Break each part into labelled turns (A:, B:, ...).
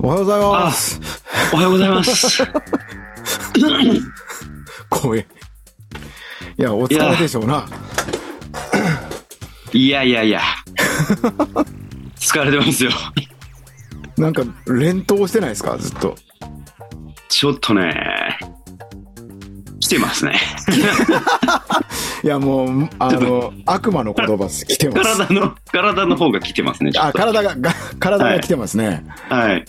A: おはようございます。
B: おはようございます。
A: 声。いや、お疲れでしょうな。
B: いやいやいや。疲れてますよ。
A: なんか、連投してないですかずっと。
B: ちょっとね、来てますね。
A: いや、もう、あの、悪魔の言葉来てます。
B: 体の、体の方が来てますね。ちょっ
A: あ、
B: と
A: 体が、が体が来てますね。
B: はい。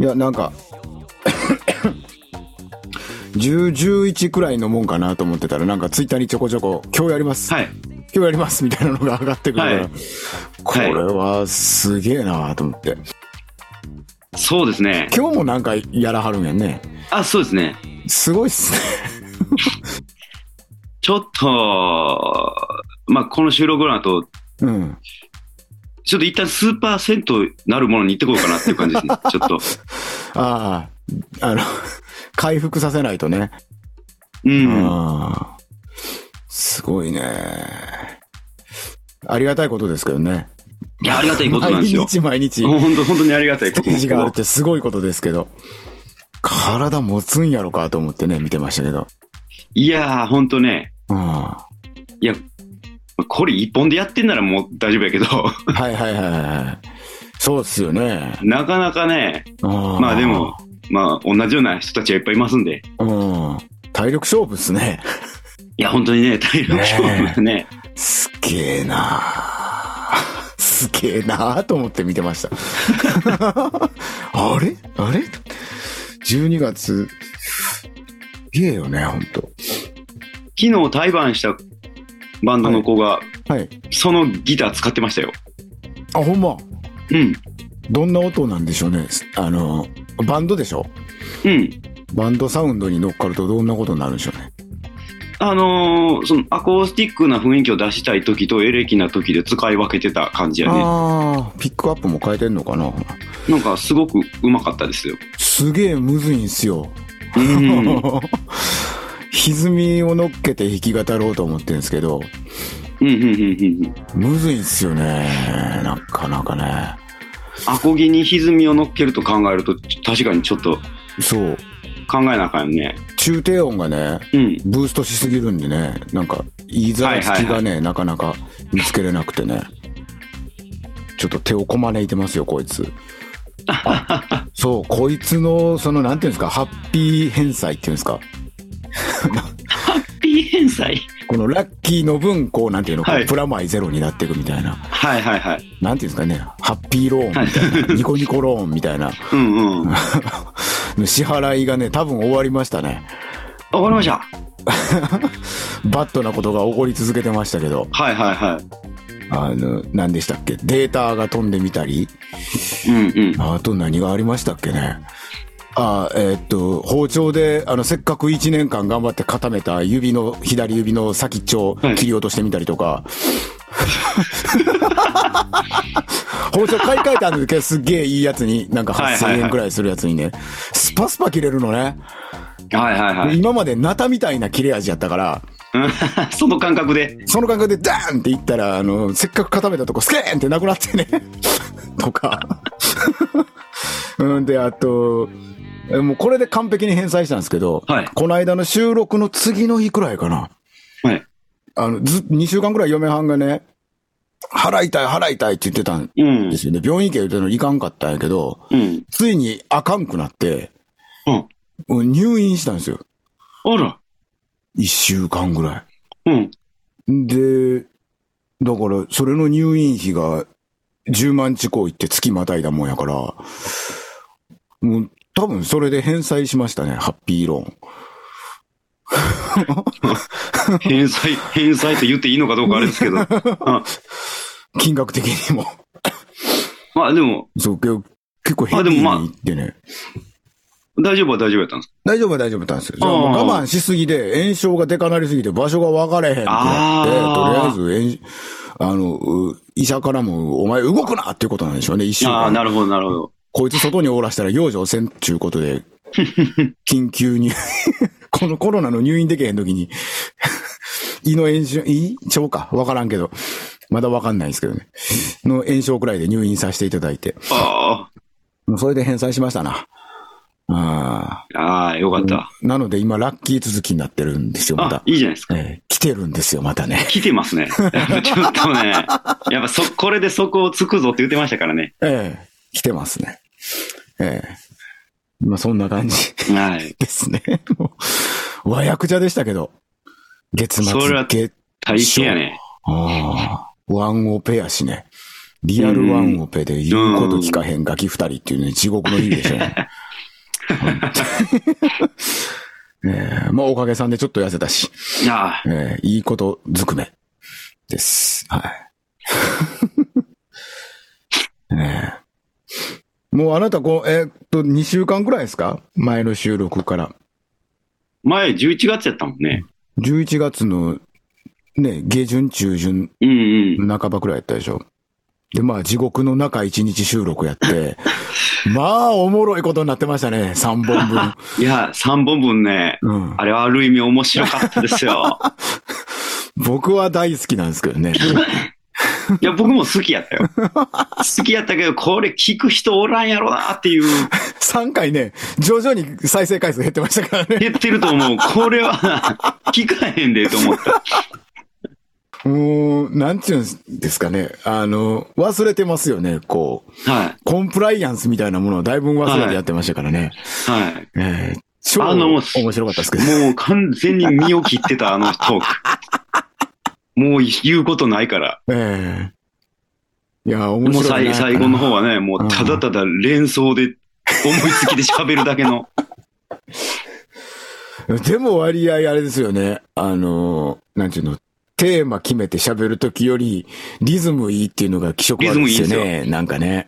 A: い、や、なんか、10、11くらいのもんかなと思ってたら、なんかツイッターにちょこちょこ、今日やります、
B: はい。
A: 今日やりますみたいなのが上がってくるから、
B: はい
A: これはすげえなと思って。
B: そうですね。
A: 今日もなんかやらはるんやね。
B: あ、そうですね。
A: すごいっすね。
B: ちょっと、まあ、この収録の後、
A: うん。
B: ちょっと一旦スーパー銭湯なるものに行ってこようかなっていう感 じですね。ちょっと。
A: ああ、あの、 回復させないとね。
B: うん。
A: ああすごいね。ありがたいことですけどね。
B: いや、ありがたいことなん
A: 毎
B: ですよ。
A: 日毎日、ス
B: 本当本当にありがたい
A: テ
B: こと
A: ー
B: なんです
A: ジ
B: け
A: がある
B: ど
A: っ。てすごいことですけど。体持つんやろかと思ってね、見てましたけど。
B: いやー、本当ね、
A: あ
B: これ一本でやってんならもう大丈夫やけど、
A: あはいはいはいはい。そうっすよね。
B: なかなかね、
A: ああ
B: まあでも、まあ同じような人たちはいっぱいいますんで、
A: うん。体力勝負っすね。
B: いや本当にね、体力勝負だね。
A: すげえなあすげえなあと思って見てました。 あれあれ ?12 月、すげえよね、ほんと。
B: 昨日対バンしたバンドの子が、
A: はい。
B: そのギター使ってましたよ。
A: あ、ほんま。
B: うん。
A: どんな音なんでしょうね。あの、バンドでしょ
B: うん。
A: バンドサウンドに乗っかるとどんなことになるんでしょうね。
B: あのーそのアコースティックな雰囲気を出したい時とエレキな時で使い分けてた感じやね。
A: ああ、ピックアップも変えてんのかな
B: なんかすごくうまかったですよ。
A: すげえむずいんすよ。
B: うん。
A: 歪みを乗っけて弾き語ろうと思ってるんですけど、
B: うんうんうんうんうん。
A: むずいんすよね。なかなかね。
B: アコギに歪みを乗っけると考えると、確かにちょっと
A: そう。
B: 考えなあかんよね。
A: 中低音がね、
B: うん。
A: ブーストしすぎるんでね、なんか、いいざらつきがね、
B: はい
A: なかなか見つけれなくてね。ちょっと手をこまねいてますよ、こいつ。あそう、こいつの、その、なんていうんですか、ハッピー返済っていうんですか。
B: ピー返済
A: このラッキーの分、こう、なんていうの、こう
B: はい
A: プラマイゼロになっていくみたいな。
B: はいはいはい。
A: なんていうんですかね、ハッピーローンみた いな、ニコニコローンみたいな、
B: うんうん。わか
A: 支払いがね、多分終わりましたね。
B: りました。
A: バッドなことが起こり続けてましたけど、
B: はいはいは
A: あの、何でしたっけデータが飛んでみたり、
B: い。うんうん。
A: あと何がありましたっけねあえーっと、包丁で、あの、せっかく1年間頑張って固めた指の、左指の先っちょを
B: はい
A: 切り落としてみたりとか、包丁買い替えたんだけど、すっげえいいやつに、なんか
B: はい
A: 8000
B: はいは
A: 円
B: い
A: くらいするやつにね、スパスパ切れるのね。
B: はいはいはい。
A: 今までナタみたいな切れ味やったから、
B: うんその感覚で。
A: その感覚でダーンっていったら、あの、せっかく固めたとこスケーンってなくなってね。 とか。うん、で、あと、えもうこれで完璧に返済したんですけど、
B: はい
A: この間の収録の次の日くらいかな。
B: はい。
A: あの、ず、2週間くらい嫁はんがね、払いたい払いたいって言ってたん
B: うん
A: で。すよね。病院行け言ってのいかんかったんやけど、
B: うん。
A: ついにあかんくなって、
B: うん。
A: うん入院したんですよ。
B: あら。
A: 1週間ぐらい。
B: うん。
A: で、だから、それの入院費が10万近いって月またいだもんやから、もう多分それで返済しましたね、ハッピーローン。
B: 返済、 返済と言っていいのかどうかあれです けど。うん
A: 金額的にも。
B: まあでも、
A: そう、けど結構ヘ
B: あで
A: ビー
B: もまあ
A: にいってね。
B: 大丈夫は大丈夫やったんです。
A: 大丈夫は大丈夫だったんですよ。じゃあもう
B: ああ
A: 我慢しすぎで、炎症がでかなりすぎて場所が分かれへんってなって、とりあえ
B: ああ
A: ず炎、あの、う医者からも、お前動くなっていうことなんでしょうね、一週
B: ああー、
A: 間。
B: なるほどなるほど。
A: こいつ外におらしたら養生せんちゅうこと で、緊急に、 このコロナの入院できへん時に、 胃の炎症、胃腸かわからんけど、まだわかんないんですけどね。の炎症くらいで入院させていただいて、
B: あ
A: もうそれで返済しましたな。あ
B: あ、ああ、よかった。
A: あ。なので今ラッキー続きになってるんですよ、ま
B: あ
A: た、。
B: いいじゃないですか。
A: ええ来てるんですよ、またね。
B: 来て ますね。やっぱちょっとね、やっぱそ、これでそこをつくぞって言ってましたからね。
A: ええ、来てますね。ええ。まあそんな感じ
B: はい。
A: ですね。 もう和訳者でしたけど。月末
B: それは
A: 月、
B: 大変やね。
A: ああ、ワンオペやしね。リアルワンオペで言うこと聞かへんガキ二人っていうね、地獄の日でしょう ね。本当に ええまあおかげさんでちょっと痩せたし、
B: ああ、
A: ええいいことずくめです。 はい。ねえもうあなたこう、えーっと、2週間くらいですか前の収録から。
B: 前11月やったもんね。
A: 11月の、ね、下旬、中旬、
B: うんうん。
A: 半ばくらいやったでしょ。で、まあ、地獄の中1日収録やって、 まあ、おもろいことになってましたね、3本分。
B: いや、3本分ね、
A: うん、
B: あれはある意味面白かったで すよ。
A: 僕は大好きなんですけどね。
B: いや、僕も好きやったよ。好きやったけど、これ聞く人おらんやろなっていう、
A: 3回ね、徐々に再生回数減ってましたからね。
B: 減ってると思う。これは、聞かへんでと思った。
A: もう、なんちゅうんですかね。あの、忘れてますよね。こう、
B: は
A: コンプライアンスみたいなものをだいぶ忘れてやってましたからね。
B: い。はい。
A: ええ超
B: あの
A: 面白かったですけど。
B: もう完全に身を切ってた、あのトーク。もう言うことないから。
A: ええいや、面
B: もう
A: 白い
B: 最
A: な。
B: 最後の方はね、も
A: うん
B: うただただ連想で、思いつきで喋るだけの。
A: でも割合あれですよね。あの、なんちゅうの、テーマ決めて喋るときより、リズムいいっていうのが気色悪いですよ
B: リズムいい
A: ね。なんかね。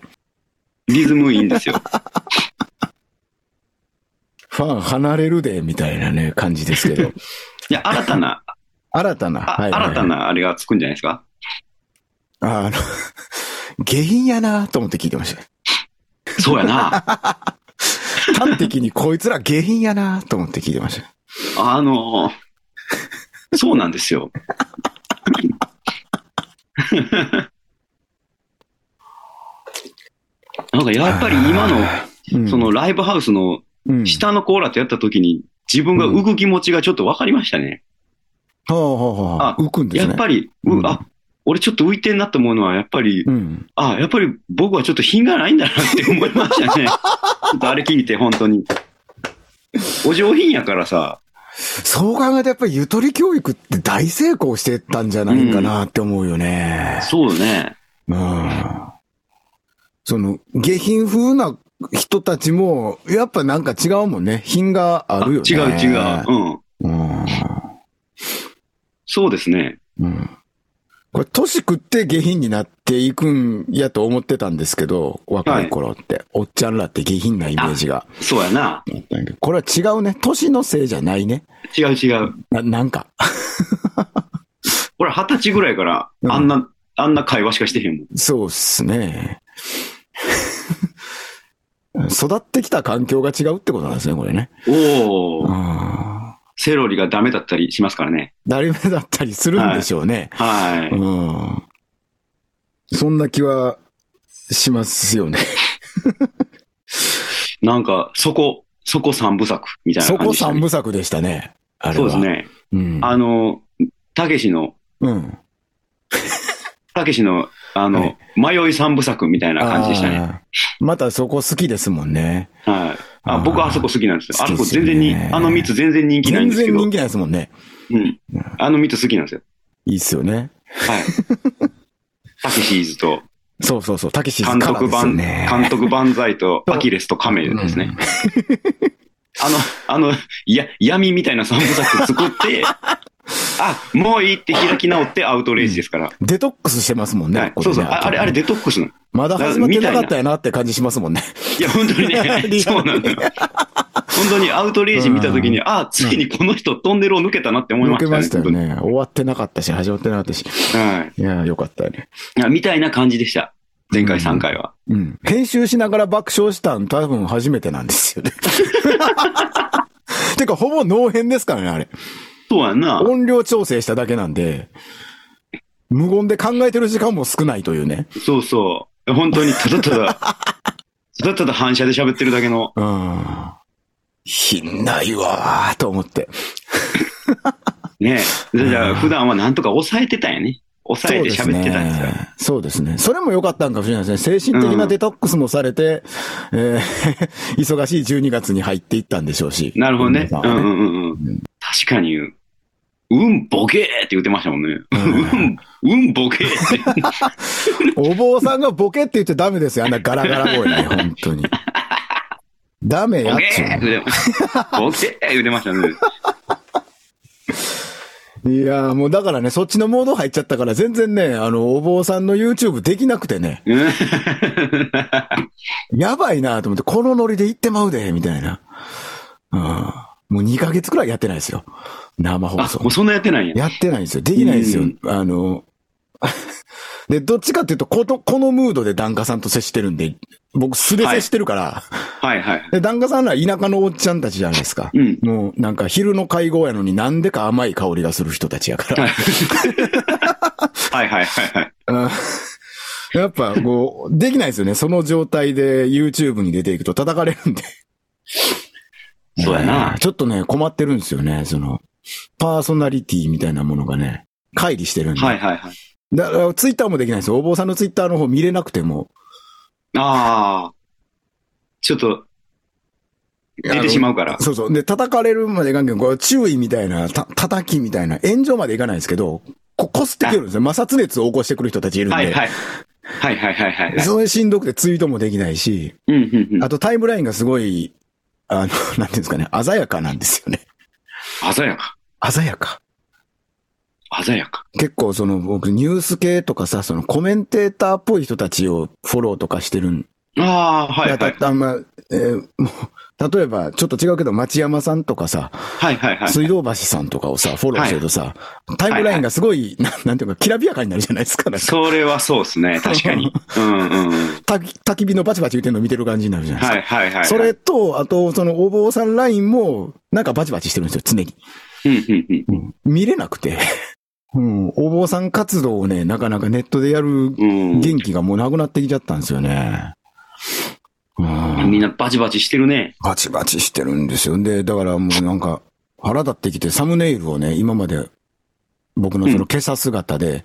B: リズムいいんですよ。
A: ファン離れるで、みたいなね、感じですけ ど。
B: いや、新たな、
A: 新たな、
B: あ新たなあれがつくんじゃないですか。
A: あの、下品やなと思って聞いてました。
B: そうやな。
A: 端的にこいつら下品やなと思って聞いてました。
B: あの、そうなんですよ。 なんかやっぱり今の、
A: の
B: そのライブハウスの
A: の、
B: 下のコーラとやった時に、自分が浮く気持ちがちょっと分かりましたね。
A: うん、ほうほうほう
B: あ
A: 浮くんです
B: や
A: ね。
B: っぱり、
A: う
B: うんあ、俺ちょっと浮いてんなと思うのは、やっぱり、
A: うん。
B: あ、やっぱり僕はちょっと品がないんだなって思いましたね。ちょっとあれ聞いて、本当に。お上品やからさ、
A: そう考えてやっぱりゆとり教育って大成功してたんじゃないかなって思うよね。
B: そうね。
A: うん。その、下品風な人たちも、やっぱなんか違うもんね。品があ
B: あ
A: るよね。
B: 違う違う。う
A: う
B: ん。
A: ん。
B: そうですね。
A: うん。これ、年食って下品になっていくんやと思ってたんですけど、若い頃って。おっちゃんらって下品なイメージが。
B: そうやな。
A: これは違うね。年のせいじゃないね。
B: 違う違う。
A: な、なんか。
B: 俺二十歳ぐらいから
A: う、ん
B: あんな、あんな会話しかしてへんもん。
A: そうっすね。 育ってきた環境が違うってことなんですね、これね。
B: お
A: う
B: ー、
A: ん。
B: セロリがダメだったりしますからね。
A: だりめだったりするんでしょうね。
B: は
A: う
B: い。
A: ん。そんな気はしますよね。
B: なんか、そこ、そこ三部作みたい
A: そ
B: な感
A: こ
B: じでした
A: 三
B: ね、
A: 部作でしたね。あれ
B: そう
A: は。
B: です。ね。
A: うん。
B: あの、たけしの、
A: うん。
B: たけしの、あの、迷い三部作みたいな感じでしたね。
A: あーまたそこ好きですもんね。
B: はい。あ、僕あそこ好きなんですよ。
A: 好きで
B: あそこ
A: すよ
B: 全
A: ね
B: 然に、あの三つ全然人気ないん
A: 全
B: ですけ
A: 然
B: ど。
A: 人気ないですもんね。
B: うん。あの三つ好きなんですよ。
A: いいっすよね。
B: はい。 たけしーズと、
A: そうそうそう。たけし
B: 監
A: から
B: 督
A: ですよ
B: 万、
A: ね。
B: 監督万歳と、アキレスとカメですね。あの、あの、いや、闇みたいな三部作作 って、あ、もういいって開き直ってアウトレイジですから。
A: デトックスしてますもんね。
B: はい
A: こ。れ
B: そ
A: ね
B: うそう。ああれ、あれデトックスなの。
A: まだ始まってなかったよなって感じしますもんね。
B: いや、本当にね、
A: リアルに
B: そうなんだよ。本当にアウトレイジ見たときに、ああ、ついにこの人トンネルを抜けたなって思い
A: 抜
B: ま
A: け
B: したね。
A: ましたよね。終わってなかったし、始まってなかったし。
B: 本当に。はい
A: やー、よかったね。
B: いや。みたいな感じでした。前回3回は。
A: うん。編集しながら爆笑したん多分初めてなんですよ ね。てか、ほぼ脳編ですからね、あれ。
B: そうやんな。
A: 音量調整しただけなんで、無言で考えてる時間も少ないというね。
B: そうそう。本当にただ ただ、ただただ反射で喋ってるだけの。
A: うん。品ないわーと思って。
B: ねえ。じゃあ普段はなんとか抑えてたんやね。抑えて喋ってたんですよ。
A: ね。そうですね。それも良かったんかもしれないですね。精神的なデトックスもされて、えー 忙しい12月に入っていったんでしょうし。
B: なるほどね。
A: 皆
B: う
A: さん
B: ん
A: は
B: う
A: ね
B: んうんうん。確かに、うんボケーって言ってましたもんね。うん、うんボケーって。
A: お坊さんがボケって言ってダメですよ。あんなガラガラ 声ね、本当に。ダメや
B: ボ
A: っ
B: ケ
A: ちゅ
B: ーって言ってボケー言ってまし たね。
A: うの。いやーもうだからね、そっちのモード入っちゃったから、全然ね、あの、お坊さんの YouTube できなくてね、
B: うん
A: やばいなと思って、このノリで行ってまうで、みたいな。うん。もう2ヶ月くらいやってないですよ。生放
B: あ、
A: 送
B: もう。そんなやってないんや。
A: やってないんですよ。できないんですよ。
B: うん
A: あの、 で、どっちかっていうと、こと、このムードで檀家さんと接してるんで、僕素で接してるから、
B: はいはい。
A: で、檀家さんらは田舎のおっちゃんたちじゃないですか。
B: うん。
A: もう、なんか昼の会合やのになんでか甘い香りがする人たちやから。
B: はいはいはいはい。
A: うん やっぱ、こう、できないですよね。その状態で YouTube に出ていくと叩かれるんで。
B: そうやな
A: ね。ちょっとね、困ってるんですよね。その、パーソナリティみたいなものがね、乖離してるんで。
B: はいはいはい。
A: だから、ツイッターもできないんですよ。お坊さんのツイッターの方見れなくても。
B: ああ。ちょっと、出てしまうから。
A: そうそう。で、叩かれるまでいかんけど、こう注意みたいな、た、叩きみたいな、炎上までいかないですけど、こ、こすってくるんですよ。摩擦熱を起こしてくる人たちいるんで。
B: はいはい。はいはいはいはい。
A: それしんどくてツイートもできないし、
B: うんうんうん
A: あ。とタイムラインがすごい、あの、 なんていうんですかね、鮮やかなんですよね。
B: 鮮やか。
A: 鮮やか。
B: 鮮やか。
A: 結構その僕ニュース系とかさ、そのコメンテーターっぽい人たちをフォローとかしてるん
B: ああ、はい
A: だ
B: は
A: た
B: い。
A: たま、えーもう、例えばちょっと違うけど町山さんとかさ、
B: はいはいはい。
A: 水道橋さんとかをさ、フォローしてるとさ、タイムラインがすごい、な なんていうか、きらびやかになるじゃないですか。なんか
B: それはそうですね。確か に。うんうんうん。
A: た焚き火のバチバチ言ってるの見てる感じになるじゃないですか。
B: はいはいはい。
A: それ、と、あと、その、お坊さんラインも、なんかバチバチしてるんですよ、常に。
B: うんうんうん。
A: 見れなくて。うん、お坊さん活動をね、なかなかネットでやる
B: うん
A: 元気がもうなくなってきちゃったんですよね。う
B: み
A: ん。
B: んなバチバチしてるね。
A: バチバチしてるんですよ。で、だからもうなんか、腹立ってきて、サムネイルをね、今まで、僕のその今朝姿で、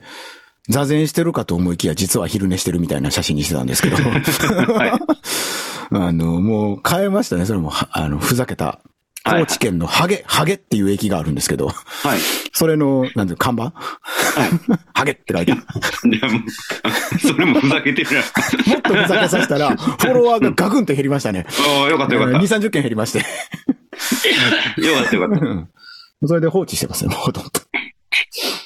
A: 座禅してるかと思いきや、実は昼寝してるみたいな写真にしてたんです けど、
B: はい。
A: あの、もう変えましたね、それも、はあの、ふざけた。
B: はい
A: 高知県のハゲ、ハゲっていう駅があるんですけど、
B: はい。
A: それの、なんていうの看板 ハゲって書いてある。
B: でもう、それもふざけてるやん。
A: もっとふざけさせた ら、フォロワーがガクンと減りましたね。
B: おーよかったよか
A: えー
B: っ
A: 2、30件減りまして。
B: た。よかったよかっ
A: うんそれで放置してますね、もうほとんど。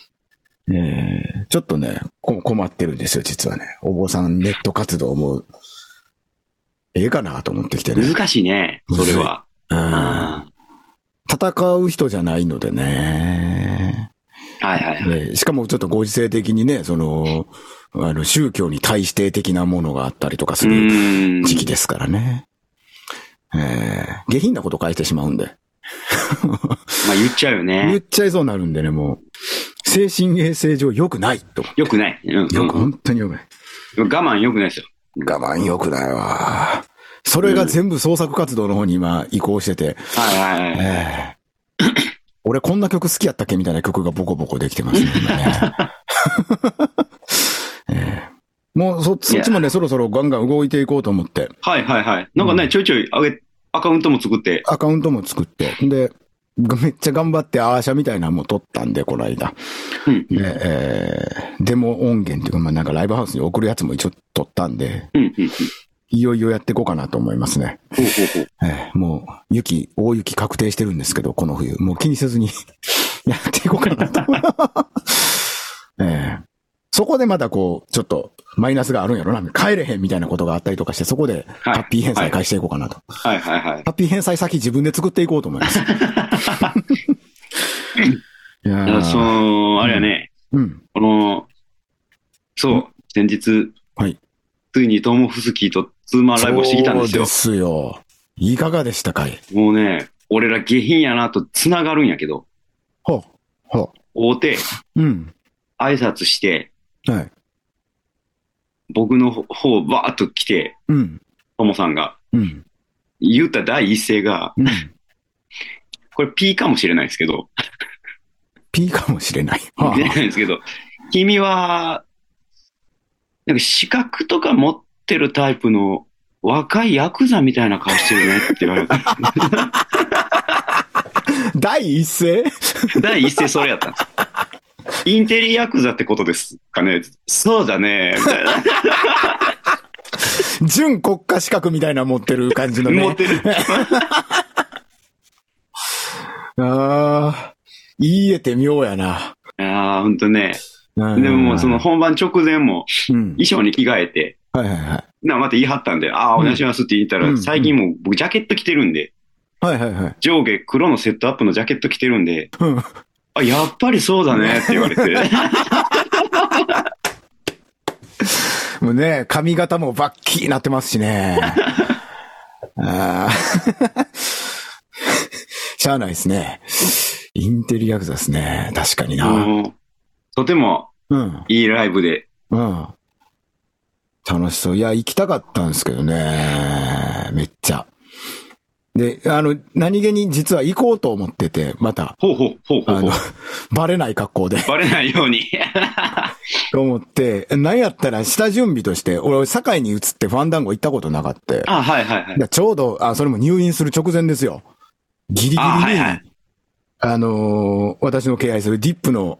A: えーちょっとね、こ困ってるんですよ、実はね。お坊さんネット活動も、ええかなと思ってきて
B: た。
A: ね。
B: 難しいね。それは。
A: うん
B: あ
A: 戦う人じゃないのでね。
B: ーはいはいはい。
A: ねしかもちょっとご時世的にね、その、あの、宗教に対して的なものがあったりとかす
B: う
A: る
B: ーん。
A: 時期ですからね。えー下品なこと書いてしまうんで。
B: まあ言っちゃうよ
A: 言っ
B: ね。
A: ちゃいそうになるんでね、もう。精神衛生上良くないと。
B: よくない。う
A: よ
B: ん
A: く、
B: うん
A: 本当に良くない。
B: 我慢よくないですよ。
A: 我慢良くないわ。それが全部創作活動の方に今移行してて、
B: はいはいはい。
A: えー俺こんな曲好きやったっけみたいな曲がボコボコできて ますね。今ねえーもうそそっちもね、そろそろガンガン動いていこうと思って、
B: はいはいはい。なんかね、ちょいちょいあげ、アカウントも作って。
A: アカウントも作って、で、がめっちゃ頑張ってアーシャみたいなのも撮ったんで、この間。
B: うん。
A: で、えーデモ音源っていうか、まあなんかライブハウスに送るやつも一応撮ったんで、
B: うんうんうん。
A: いよいよやっていこうかなと思いますね。
B: ほうほうほう。
A: えーもう、雪、大雪確定してるんですけど、この冬。もう気にせずに、 やっていこうかなと。 えーそこでまたこう、ちょっと、マイナスがあるんやろな。帰れへんみたいなことがあったりとかして、そこで、
B: い
A: ハッピー返済返していこうかなと。
B: はいはいは
A: ハ
B: い。
A: ッピー返済先自分で作っていこうと思い ます。いや
B: だからそ
A: ー
B: の、あれやね、
A: うん。
B: この、そう、先日、
A: はい
B: ついにトム・フスキーとツーマンライブをしてきたんですよ。
A: そうですよ。いかがでしたかい
B: もうね、俺ら下品やなと繋がるんやけど、
A: ほう。ほ
B: 大手、
A: う。うん。
B: 挨拶して、
A: はい。
B: 僕の方バーっと来て、
A: うん。
B: トモさんが、
A: うん。
B: 言った第一声が、
A: うん。
B: これ P かもしれないですけど、
A: P かもしれない。は
B: 出ないですけど、君は、なんか資格とか持ってるタイプの若いヤクザみたいな顔してるねって言われて、
A: あ、第一声
B: 第一声それやったんです。インテリヤクザってことですかねそうだね。みたいな
A: 準国家資格みたいな持ってる感じのね。
B: 持 ってる。
A: ああ、言えて妙やな。
B: ああ、ほんとね。
A: で
B: でももうその、本番直前も
A: うん。
B: 衣装に着替えて、
A: はいはいはい。
B: な、また言い張ったんで、ああ、お願いしますって言ったら、
A: うん
B: 最近もう僕ジャケット着てるんで、
A: はいはいはい。
B: 上下黒のセットアップのジャケット着てるんで、
A: うん
B: あ、やっぱりそうだねって言われて。
A: もうね、髪型もバッキーなってますし ね。ああ。 しゃあないですね。インテリヤクザですね。確かに
B: あ
A: な。
B: のとても
A: うん。
B: いいライブで、
A: うん。楽しそう。いや、行きたかったんですけどね。めっちゃ。で、あの、何気に実は行こうと思ってて、また、
B: ほうほうほうほう
A: あ
B: ほう
A: の、 バレない格好で。
B: バレないように。
A: と思って、なんやったら下準備として、俺、堺に移ってファンダンゴ行ったことなかった。だか
B: あ、はいはいはい。
A: らちょうど、あ、それも入院する直前ですよ。ギリギリに、
B: あ、
A: あ,、
B: はいはい。
A: のー私の敬愛するディップの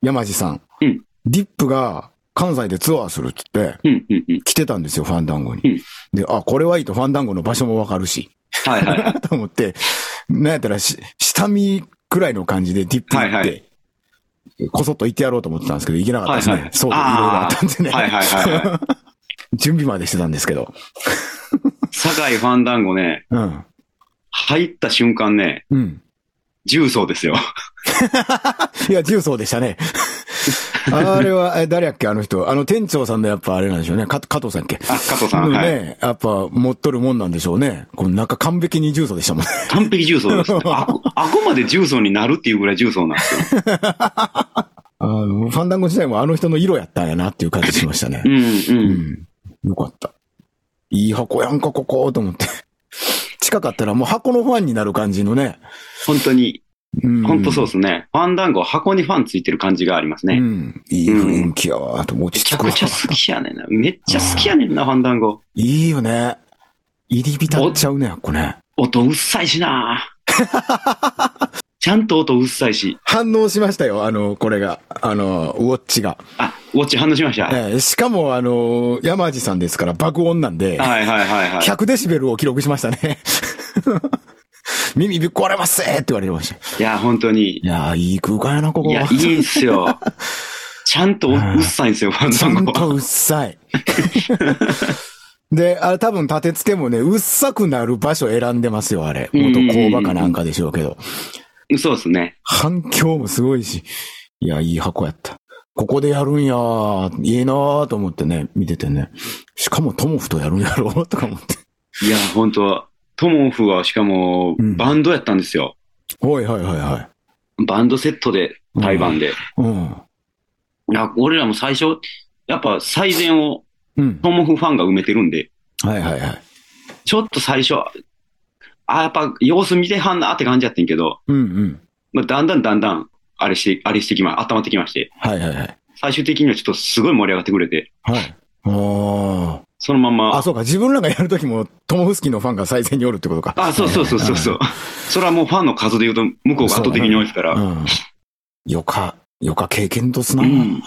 A: 山地さん。
B: うん
A: ディップが関西でツアーするっつって、
B: うんうんうん。
A: 来てたんですよ、ファンダンゴに。
B: うん
A: で、あ、これはいいと、ファンダンゴの場所もわかるし、
B: はいはいはい。
A: と思って、なんやったらし、下見くらいの感じでディップ行って、
B: はいは
A: こそっと行ってやろうと思ってたんですけど、行けなかったですね。
B: はいはい
A: そう、いろいろ
B: あー
A: あったん でね。
B: はいはいはいは
A: 準備までしてたんですけど。
B: 酒井ファンダンゴね、
A: うん。
B: 入った瞬間ね、
A: うん。
B: 重曹ですよ。
A: いや、重曹でしたね。 あれは、え誰やっけあの人。あの店長さんのやっぱあれなんでしょうね。か加藤さんやっけ
B: あ、加藤さん。
A: の
B: はい。
A: ね、やっぱ持っとるもんなんでしょうね。この中完璧に重曹でしたもんね。
B: 完璧重曹 ですね。あごあごまで重曹になるっていうぐらい重曹なんですよ。
A: あの、ファンダンゴ自体もあの人の色やったんやなっていう感じしましたね
B: う。ん
A: う
B: う
A: ん。
B: ん。
A: よかった。いい箱やんか、ここ、と思って。 近かったらもう箱のファンになる感じのね。
B: 本当に、
A: うん。
B: 本当そううですね。ファンダンゴ、箱にファンついてる感じがあります
A: ね。う
B: ね。
A: ん。いい雰囲気やわ、と思って
B: め
A: 落
B: ち
A: ち
B: ゃ
A: 着く
B: く
A: わ
B: ちゃ好きやねんな。めっちゃ好きやねんな、ファンダンゴ。
A: いいよね。入り浸っちゃうね、これ。
B: 音うっさいし なちゃんと音うっさいし。
A: 反応しましたよ、あの、これが。あの、ウォッチが。
B: あ、ウォッチ反応しました。はい
A: ええしかも、あの、山地さんですから爆音なんで、
B: はいはいはい。
A: 100デシベルを記録しました ね。 耳ぶっ壊れますぜって言われました。い
B: いや、本当に。い
A: やー、いい空間やな、ここ
B: や
A: は、
B: い。いん すよ。ちゃんとううっさいんですよ、ファ
A: ちゃ
B: ンダン
A: ん
B: ゴ
A: と
B: は。
A: うっさい。で、あれ多分立て付けもね、うっさくなる場所選んでますよ、あれ。元工場かなんかでしょうけど。
B: そうですね。
A: 反響もすごいし。いや、いい箱やった。ここでやるんやー、いいなーと思ってね、見ててね。しかもトモフとやるんやろうとか思って。
B: いや、本当トモフは、しかも
A: う、ん
B: バンドやったんですよ。
A: はいはいはいはい。
B: バンドセットで、対バンで。
A: うん。
B: いや、俺らも最初、やっぱ最善を
A: うん。
B: トモフファンが埋めてるんで、
A: はいはいはい。
B: ちょっと最初、あ、やっぱ様子見てはんなって感じやってんけど、
A: うんうん。
B: まあ、だんだんだんだん、あれして、あれしてきま、温まってきまして、
A: はいはいはい。
B: 最終的にはちょっとすごい盛り上がってくれて、
A: はい。あ
B: そのま
A: あ。
B: ま、
A: あ、そうか。自分らがやるときも、トモフスキーのファンが最前におるってことか。
B: あ、そうそうそうそうそう。それはもうファンの数で言うと、向こうが圧倒的に多いですから、
A: うん。よか、よか経験とすな。
B: うん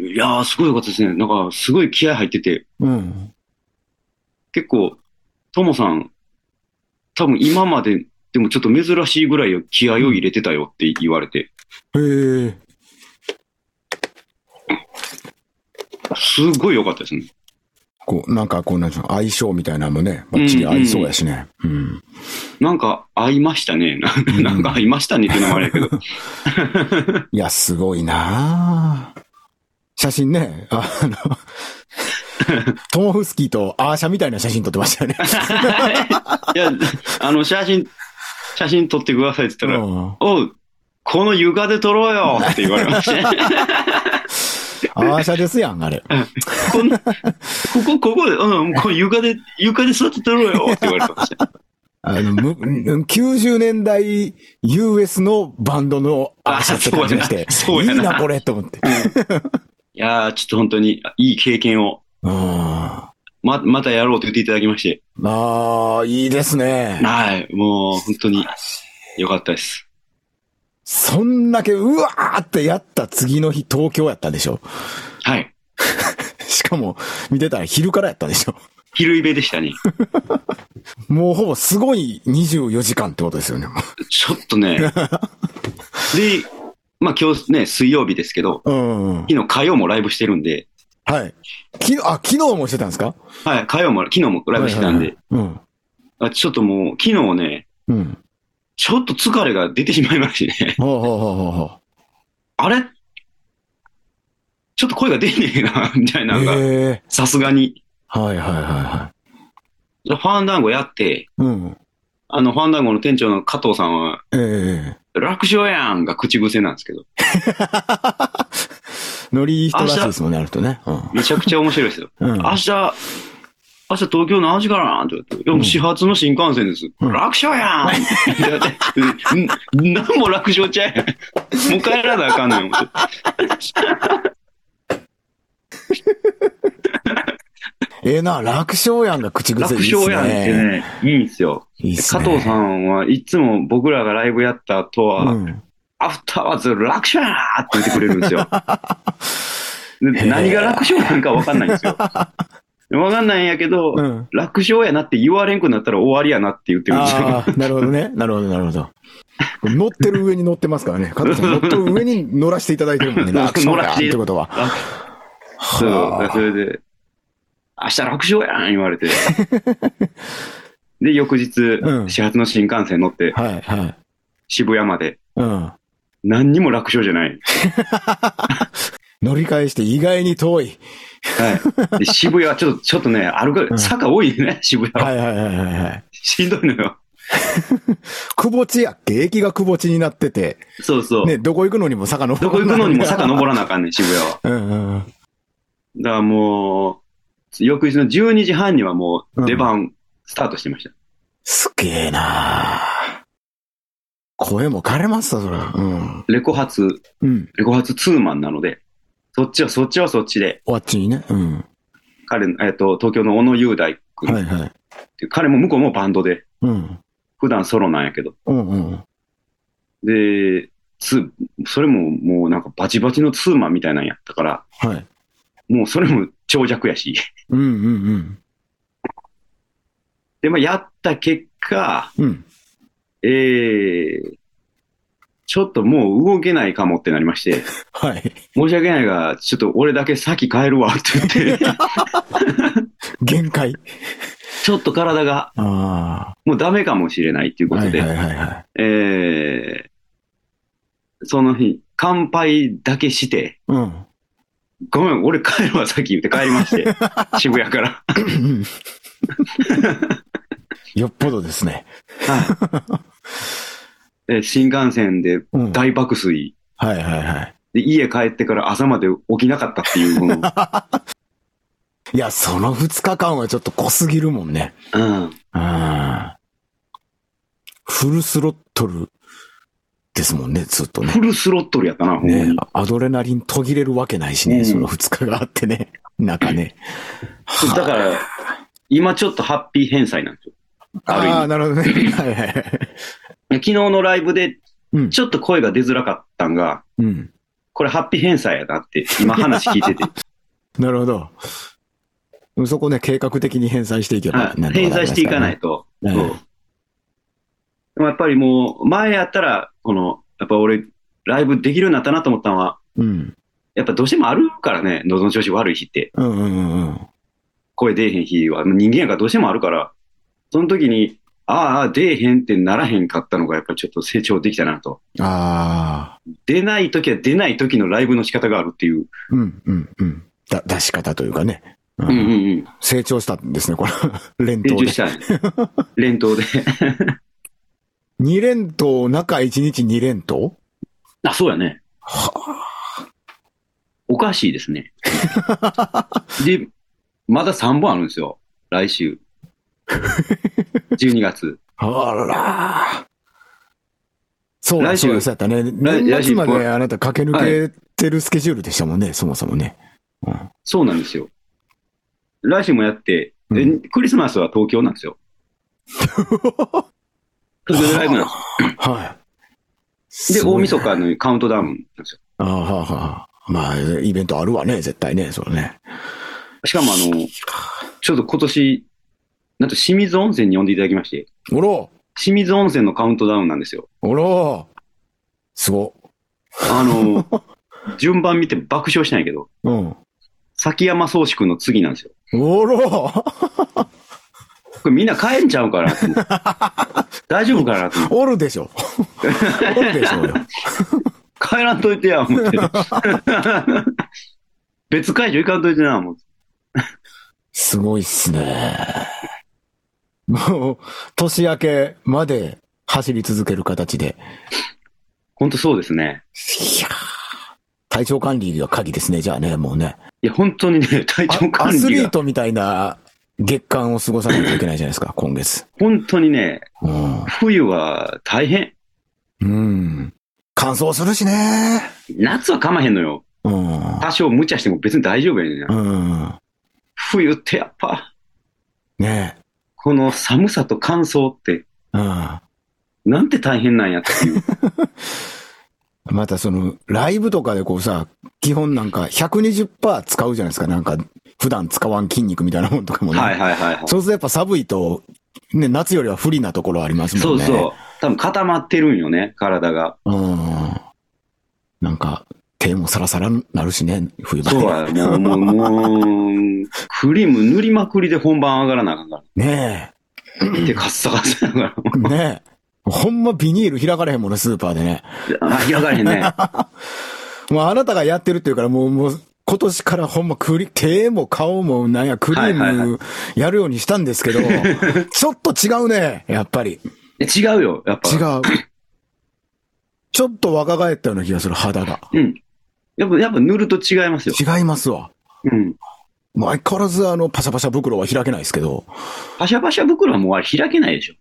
B: いやー、すごい良かったですね。なんか、すごい気合入ってて、
A: うん。
B: 結構、トモさん、多分今まで、でもちょっと珍しいぐらい気合を入れてたよって言われて、
A: へえ。
B: すごい良かったですね。
A: こう、なんかこう、なんでしょう、相性みたいなのもね、ばっちり合いそうやしね。うん。
B: なんか、合いましたね。な
A: うん
B: なんか合いましたねっていうのもあれやけど。
A: いや、すごいなあ写真ね、あの、トモフスキーとアーシャみたいな写真撮ってましたよね。
B: いや、あの、写真、写真撮ってくださいって言ったら、
A: うん
B: お う、この床で撮ろうよって言われました。
A: アーシャですやん、あれ。
B: こんここ、ここで、うん、こう床で、床で座って撮ろうよって言われてました。
A: あの、む90年代 US のバンドのアーシャって感じがして
B: あ、そうやないそ
A: い
B: うやな
A: な、これ、と思って。
B: いやー、ちょっと本当に、いい経験を、
A: うん。あ
B: ま、またやろうと言っていただきまして、
A: あ、いいですね。
B: はい、もう本当に良かったです。
A: そんだけ、うわーってやった次の日、東京やったでしょ。
B: はい。
A: しかも、見てたら昼からやったでしょ。
B: 昼イベでしたね。
A: もうほぼすごい24時間ってことですよね。
B: ちょっと ね。で、まあ今日ね、水曜日ですけど、
A: うん。はい。
B: 昨日火曜もライブしてるんで、
A: 昨日、あ、昨日もしてたんですか
B: はい、火曜も、昨日もライブしてたんで、
A: はいはいはい
B: あちょっともう、昨日ね、
A: うん。うん。
B: ちょっと疲れが出てしまいまして ね。
A: ほうほうほうほうほう。
B: あれちょっと声が出ねえな、 みたいなのが、
A: ええ
B: さすがに。
A: はいはいはいは
B: ファンダンゴやって、
A: い。うん。
B: あの、ファンダンゴの店長の加藤さんは、
A: ええ
B: 楽勝やんが口癖なんですけど、
A: ノリいい人らしいですもんね、あるとね。
B: めちゃくちゃ面白いですよ。
A: うん。うん。
B: 明日、明日東京何時からなんって言われて、いや、もう始発の新幹線です。
A: うん
B: 楽勝やんって言われて、ん なんも楽勝ちゃうやん。もう帰らなあかんのよ。
A: ええな、楽勝やんが口癖
B: 楽
A: いいっすね。
B: 勝やんってね、いいんですよ。
A: いいっす
B: 加
A: ね。
B: 藤さんはいつも僕らがライブやった後は、
A: うん。
B: アフターは楽勝やなって言ってくれるんで すよ。
A: へえ
B: で何が楽勝なんかわかんないんで すよ。わかんないんやけど、
A: うん。
B: 楽勝やなって言われんくなったら終わりやなって言ってるんですよ。
A: ああ、なるほどね。なるほど、なるほど。乗ってる上に乗ってますからね。加藤さん乗ってる上に乗らせていただいてるもん ね。楽勝やんってことは。
B: 楽そう、
A: はあ
B: それで、明日楽勝やん言わ れて。で、翌日、
A: うん
B: 始発の新幹線乗って、
A: はい、はい。
B: 渋谷まで、
A: うん。
B: 何にも楽勝じゃない。
A: 乗り返して意外に遠い。
B: は い。で渋谷はちょっと、ちょっとね、歩
A: う
B: く、
A: ん
B: 坂多いね、 渋谷は。
A: はいはいはいはいはい。
B: しんどいのよ。
A: 窪地やっけ駅が窪地になってて、
B: そうそう。
A: ね、どこ行くのにも坂登
B: どこ行くのにも坂登らな あかんねん、渋谷は。
A: らん。うんうんうん。
B: だからもう、翌日の12時半にはもう出番スタートしてました。
A: すげえなあ声も枯れますた、そら。うん。
B: レコ発、
A: うん。
B: レコ発ツーマンなので、そっちはそっちはそっちで、
A: あっちにね。うん。
B: 彼の、えっ、と、東京の小野雄大君
A: はいはい。
B: っていう彼も向こうもバンドで、
A: うん。
B: 普段ソロなんやけど。
A: うんうん。
B: で、ツーそれももうなんかバチバチのツーマンみたいなんやったから、
A: はい。
B: もうそれも長尺やし。
A: うんうんうん。
B: で、まあ、やった結果、
A: うん。
B: えー、ちょっともう動けないかもってなりまして、
A: はい。
B: 申し訳ないが、ちょっと俺だけ先帰るわって言 って、
A: 限界。
B: ちょっと体が
A: あ
B: もうダメかもしれないっていう
A: あ。
B: こ
A: は
B: と
A: い
B: で、
A: はいはいはい。
B: えー、その日、乾杯だけして、
A: うん。
B: ごめん、俺帰るわ、さっき言って帰りまして、渋谷から。
A: よっぽどですね。
B: はい。で新幹線で
A: うん。はい
B: 大爆睡。
A: はいはい。
B: で、家帰ってから朝まで起きなかったってい う、この、
A: いや、その2日間はちょっと濃すぎるもんね。
B: うん。
A: ああ。フルスロットルですもんね、ずっとね
B: フ。ルスロットルやったな、ほんま
A: ね
B: に。
A: アドレナリン途切れるわけないしね、
B: うん
A: その2日があってね。中ね。
B: だから、今ちょっとハッピー返済なんですよ。ある意味
A: ああ、なるほどね。はいはいはい。
B: で昨日のライブで、
A: うん。
B: ちょっと声が出づらかったんが、
A: うん。
B: これハッピー返済やなって、今話聞いてて。
A: なるほど。そこね、計画的に返済していけば
B: はい。返済していかない。と。
A: うん
B: そう。でもやっぱりもう、前やったら、この、やっぱ俺、ライブできるようになったなと思ったのは、
A: うん。
B: やっぱどうしてもあるからね、喉の調子悪い日って。
A: うんうんうんうん。
B: 声出えへん日は、人間やからどうしてもあるから、その時に、ああ、出えへんってならへんかったのが、やっぱりちょっと成長できたなと。
A: ああ。
B: 出ない時は出ない時のライブの仕方があるっていう、
A: うんうんうん。だ、出し方というかね。う
B: うんうん
A: ん
B: うん。
A: 成長したんですね、これ。 連
B: 練
A: 投
B: 習
A: で
B: し。た い。連投で。
A: 2連投、中1日2連投
B: あ、そうやね。
A: は
B: おかしいです ね。で、まだ3本あるんですよ。来 週。12月。
A: ああら。そうだ、
B: 来週
A: そうだそうやったね。
B: 来
A: 年末ま
B: 来
A: で
B: 週
A: あなた駆け抜けてるスケジュールでしたもんね、そもそもね。うん
B: そうなんですよ。来週もやって、で
A: うん
B: クリスマスは東京なん ですよ。東京でライブなんで
A: はい。
B: すよ。で、大晦
A: あ
B: 日のカウントダウンなんですよ。
A: あ、はあはあ。まあ、イベントあるわね、絶対ね、それね。
B: しかもあの、ちょっと今年、なんと清水温泉に呼んでいただきまして、
A: おろ
B: 清水温泉のカウントダウンなんですよ。
A: おろすご。
B: あ の、順番見て爆笑したんやけど、
A: うん。
B: 崎山宗志君の次なんですよ。
A: おろ
B: これみんな帰んちゃうかなと思って 大丈夫かなと思って
A: おるでしょ。おるでしょうよ。
B: 帰らんといてや、思って。 別会場行かんといてな、思って。
A: すごいっすね。もう、年明けまで走り続ける形で。
B: ほんとそうですね。
A: いやー体調管理が鍵ですね、じゃあね、もうね。
B: いや、本当にね、体
A: あ
B: 調管
A: アス
B: 理
A: リー
B: が、
A: トみたいな月間を過ごさないといけないじゃないですか、今月。
B: 本当にね、
A: うん。
B: 冬は大変。
A: うん。乾燥するしね。
B: 夏はかまへんのよ。
A: うん。
B: 多少無茶しても別に大丈夫やねんな。
A: うん。
B: 冬ってやっぱ、
A: ね
B: この寒さと乾燥って、
A: え。うん。
B: なんて大変なんやっていう。
A: またその、ライブとかでこうさ、基本なんか120%使うじゃないですか。なんか、普段使わん筋肉みたいなもんとかもね。
B: はいはいはい、はい。
A: そうするとやっぱ寒いと、ね、夏よりは不利なところあります
B: そ
A: もん
B: う
A: ね。
B: そう。多分固まってるんよね、体が。
A: う。うん。なんか、手もサラサラになるしね、冬場
B: そう や、もう、もう、もう、クリーム塗りまくりで本番上がらなあかんか
A: ね
B: ら。で、カッサカサやから。
A: え。ねえ。ほんまビニール開かれへんもんね、スーパーでね。
B: あ、開かれ へんね。
A: もうあなたがやってるっていうから、もう、もう、今年からほんまクリ、手も顔もなんや、クリ
B: はいはい
A: ー
B: は
A: ムやるようにしたんですけ ど、ちょっと違うね、やっぱり。
B: え違うよ、やっぱ。
A: 違う。 ちょっと若返ったような気がする、肌が。
B: うん。やっぱ、やっぱ塗ると違いますよ。
A: 違いますわ。
B: うん。
A: まあ、相変わらずあの、パシャパシャ袋は開けないですけど、
B: パシャパシャ袋はもうあれ開けないでしょ。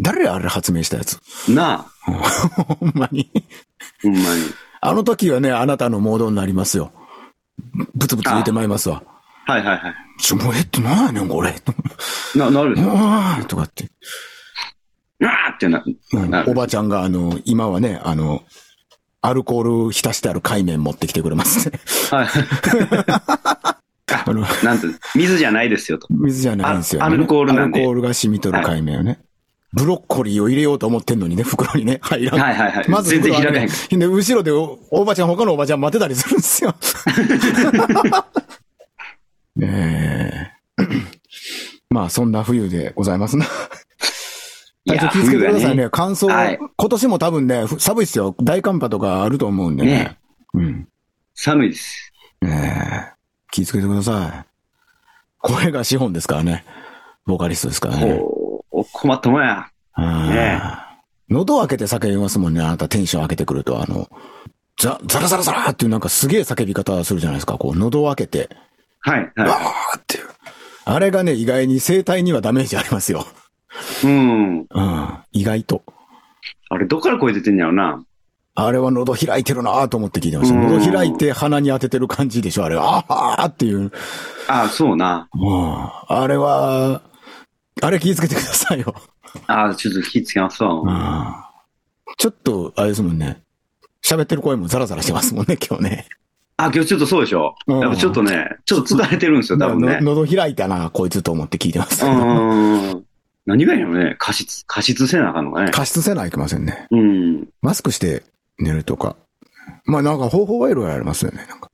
A: 誰あれ発明したやつ
B: なあ、
A: ほんまに。
B: ほんまに。
A: あの時はね、あなたのモードになりますよ。ブツブツ言うてまいりますわ。
B: はいはいはい。
A: ちょ、もうえってなんやねん、これ。
B: な、なるで
A: う
B: しょ。
A: わーとかって。
B: なあってな、
A: うん
B: なる
A: おばちゃんが、あの、今はね、あの、アルコール浸してある海綿持ってきてくれますね。
B: はい。
A: あの、
B: なんて、水じゃないですよと。
A: 水じゃないんですよ、ね
B: あアルコールなんで
A: アルコールが染み取る海綿をね。ブロッコリーを入れようと思ってんのにね、袋にね、入らん。
B: はいはいはい。
A: まず
B: 全然
A: 袋
B: 開
A: は
B: か
A: ね
B: へん。
A: で、後ろでおおばちゃん、他のおばちゃん待ってたりするんです よ。ねえまあ、そんな冬でございますな。体調気をつけてくださいね。乾燥、
B: はい
A: 今年も多分ね、ふ寒いですよ。大寒波とかあると思うんでね。
B: ね
A: うん。
B: 寒いです。
A: ねえ気をつけてください。声が資本ですからね。ボーカリストですからね。
B: おお困ったもんや。
A: あー
B: ね
A: 喉を開けて叫びますもんね。あなたテンション開けてくると、あの、ザ、ザラザラザラっていうなんかすげえ叫び方するじゃないですか。こう、喉を開けて、
B: はい、
A: わ
B: は
A: ーっていう。あれがね、意外に声帯にはダメージありますよ。
B: い。う
A: う
B: ん。
A: ん。意外と。
B: あれ、どっから声出てんやろな。
A: あれは喉開いてるなーと思って聞いてました。
B: うん
A: 喉開いて鼻に当ててる感じでしょ、あれ。あーっていう。
B: あそうな。
A: うんあれは、あれ気をつけてくださいよ。
B: あちょっと気ぃつけますわ。
A: うんちょっと、あれですもんね。喋ってる声もザラザラしてますもんね、今日ね。
B: あ、今日ちょっとそうでしょ。
A: うん
B: やっぱちょっとね、ちょっと疲れてるんですよ、多分ね。
A: の喉開いたな、こいつと思って聞いてました
B: う
A: けど。
B: ん。何がいいのね、過失、過失せなあかんのかね。
A: 加湿せないといけませんね。
B: うん。
A: マスクして寝るとか。まあなんか方法はいろいろありますよね、なんか。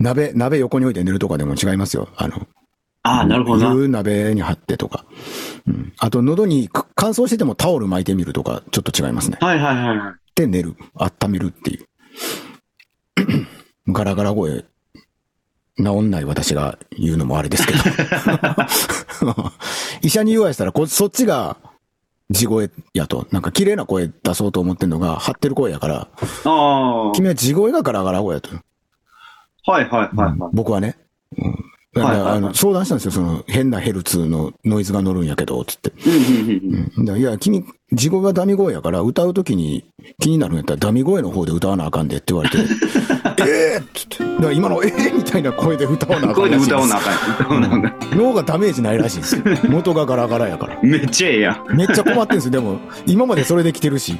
A: 鍋、鍋横に置いて寝るとかでも違いますよ。あの、
B: あなるほどな。
A: 湯鍋に貼ってとか。うん。あと、喉にく乾燥しててもタオル巻いてみるとか、ちょっと違いますね。
B: はいはいはいはい。
A: で、 寝る。温めるっていう。ガラガラ声治んない私が言うのもあれですけど。 医者に言わしたらこ、そっちが、地声やと。なんか綺麗な声出そうと思ってんのが、張ってる声やから、
B: ああ。はい
A: 君は地声がガラガラ声やと。
B: はいはいはい。
A: 僕はね。うん。だから
B: はいはいはい
A: あの相談したんですよ。その、変なヘルツのノイズが乗るんやけど、つって。
B: うんうんうん
A: うんだからいや、君、地声がダミ声やから、歌うときに気になるんやったらダミ声の方で歌わなあかんでって言われて、 ええっつって。だから今のええみたいな声で歌わな
B: う
A: あか
B: ん。
A: ん
B: 声で
A: らしい
B: 歌わなあかん。歌わなあかん。
A: 脳がダメージないらしいんですよ。元がガラガラやから。
B: めっちゃええやん。
A: めっちゃ困ってんですよ。でも、今までそれで来てるし。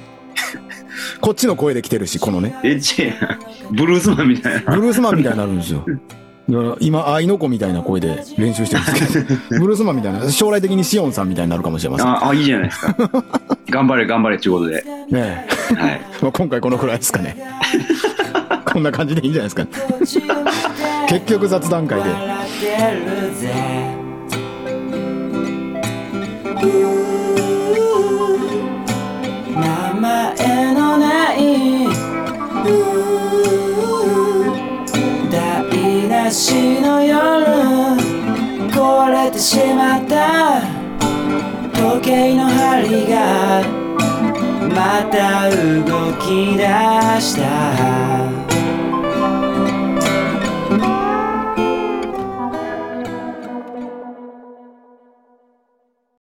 A: こっちの声で来てるし、このね。
B: めっちゃええやん。ブルースマンみたい
A: ブ
B: な。
A: ルースマンみたいになるんですよ。だから今、愛の子みたいな声で練習してるんですけど、ブルースマンみたいな、将来的にシオンさんみたいになるかもしれません。
B: ああ、いいじゃないですか。頑張れ頑張れっていうことで。
A: ね
B: は
A: え、
B: い。
A: まあ、今回このくらいですかね。こんな感じでいいんじゃないですか、ね。 結局雑談会で。
C: 名前のない台無しの夜壊れてしまった時計の針がまた動き出した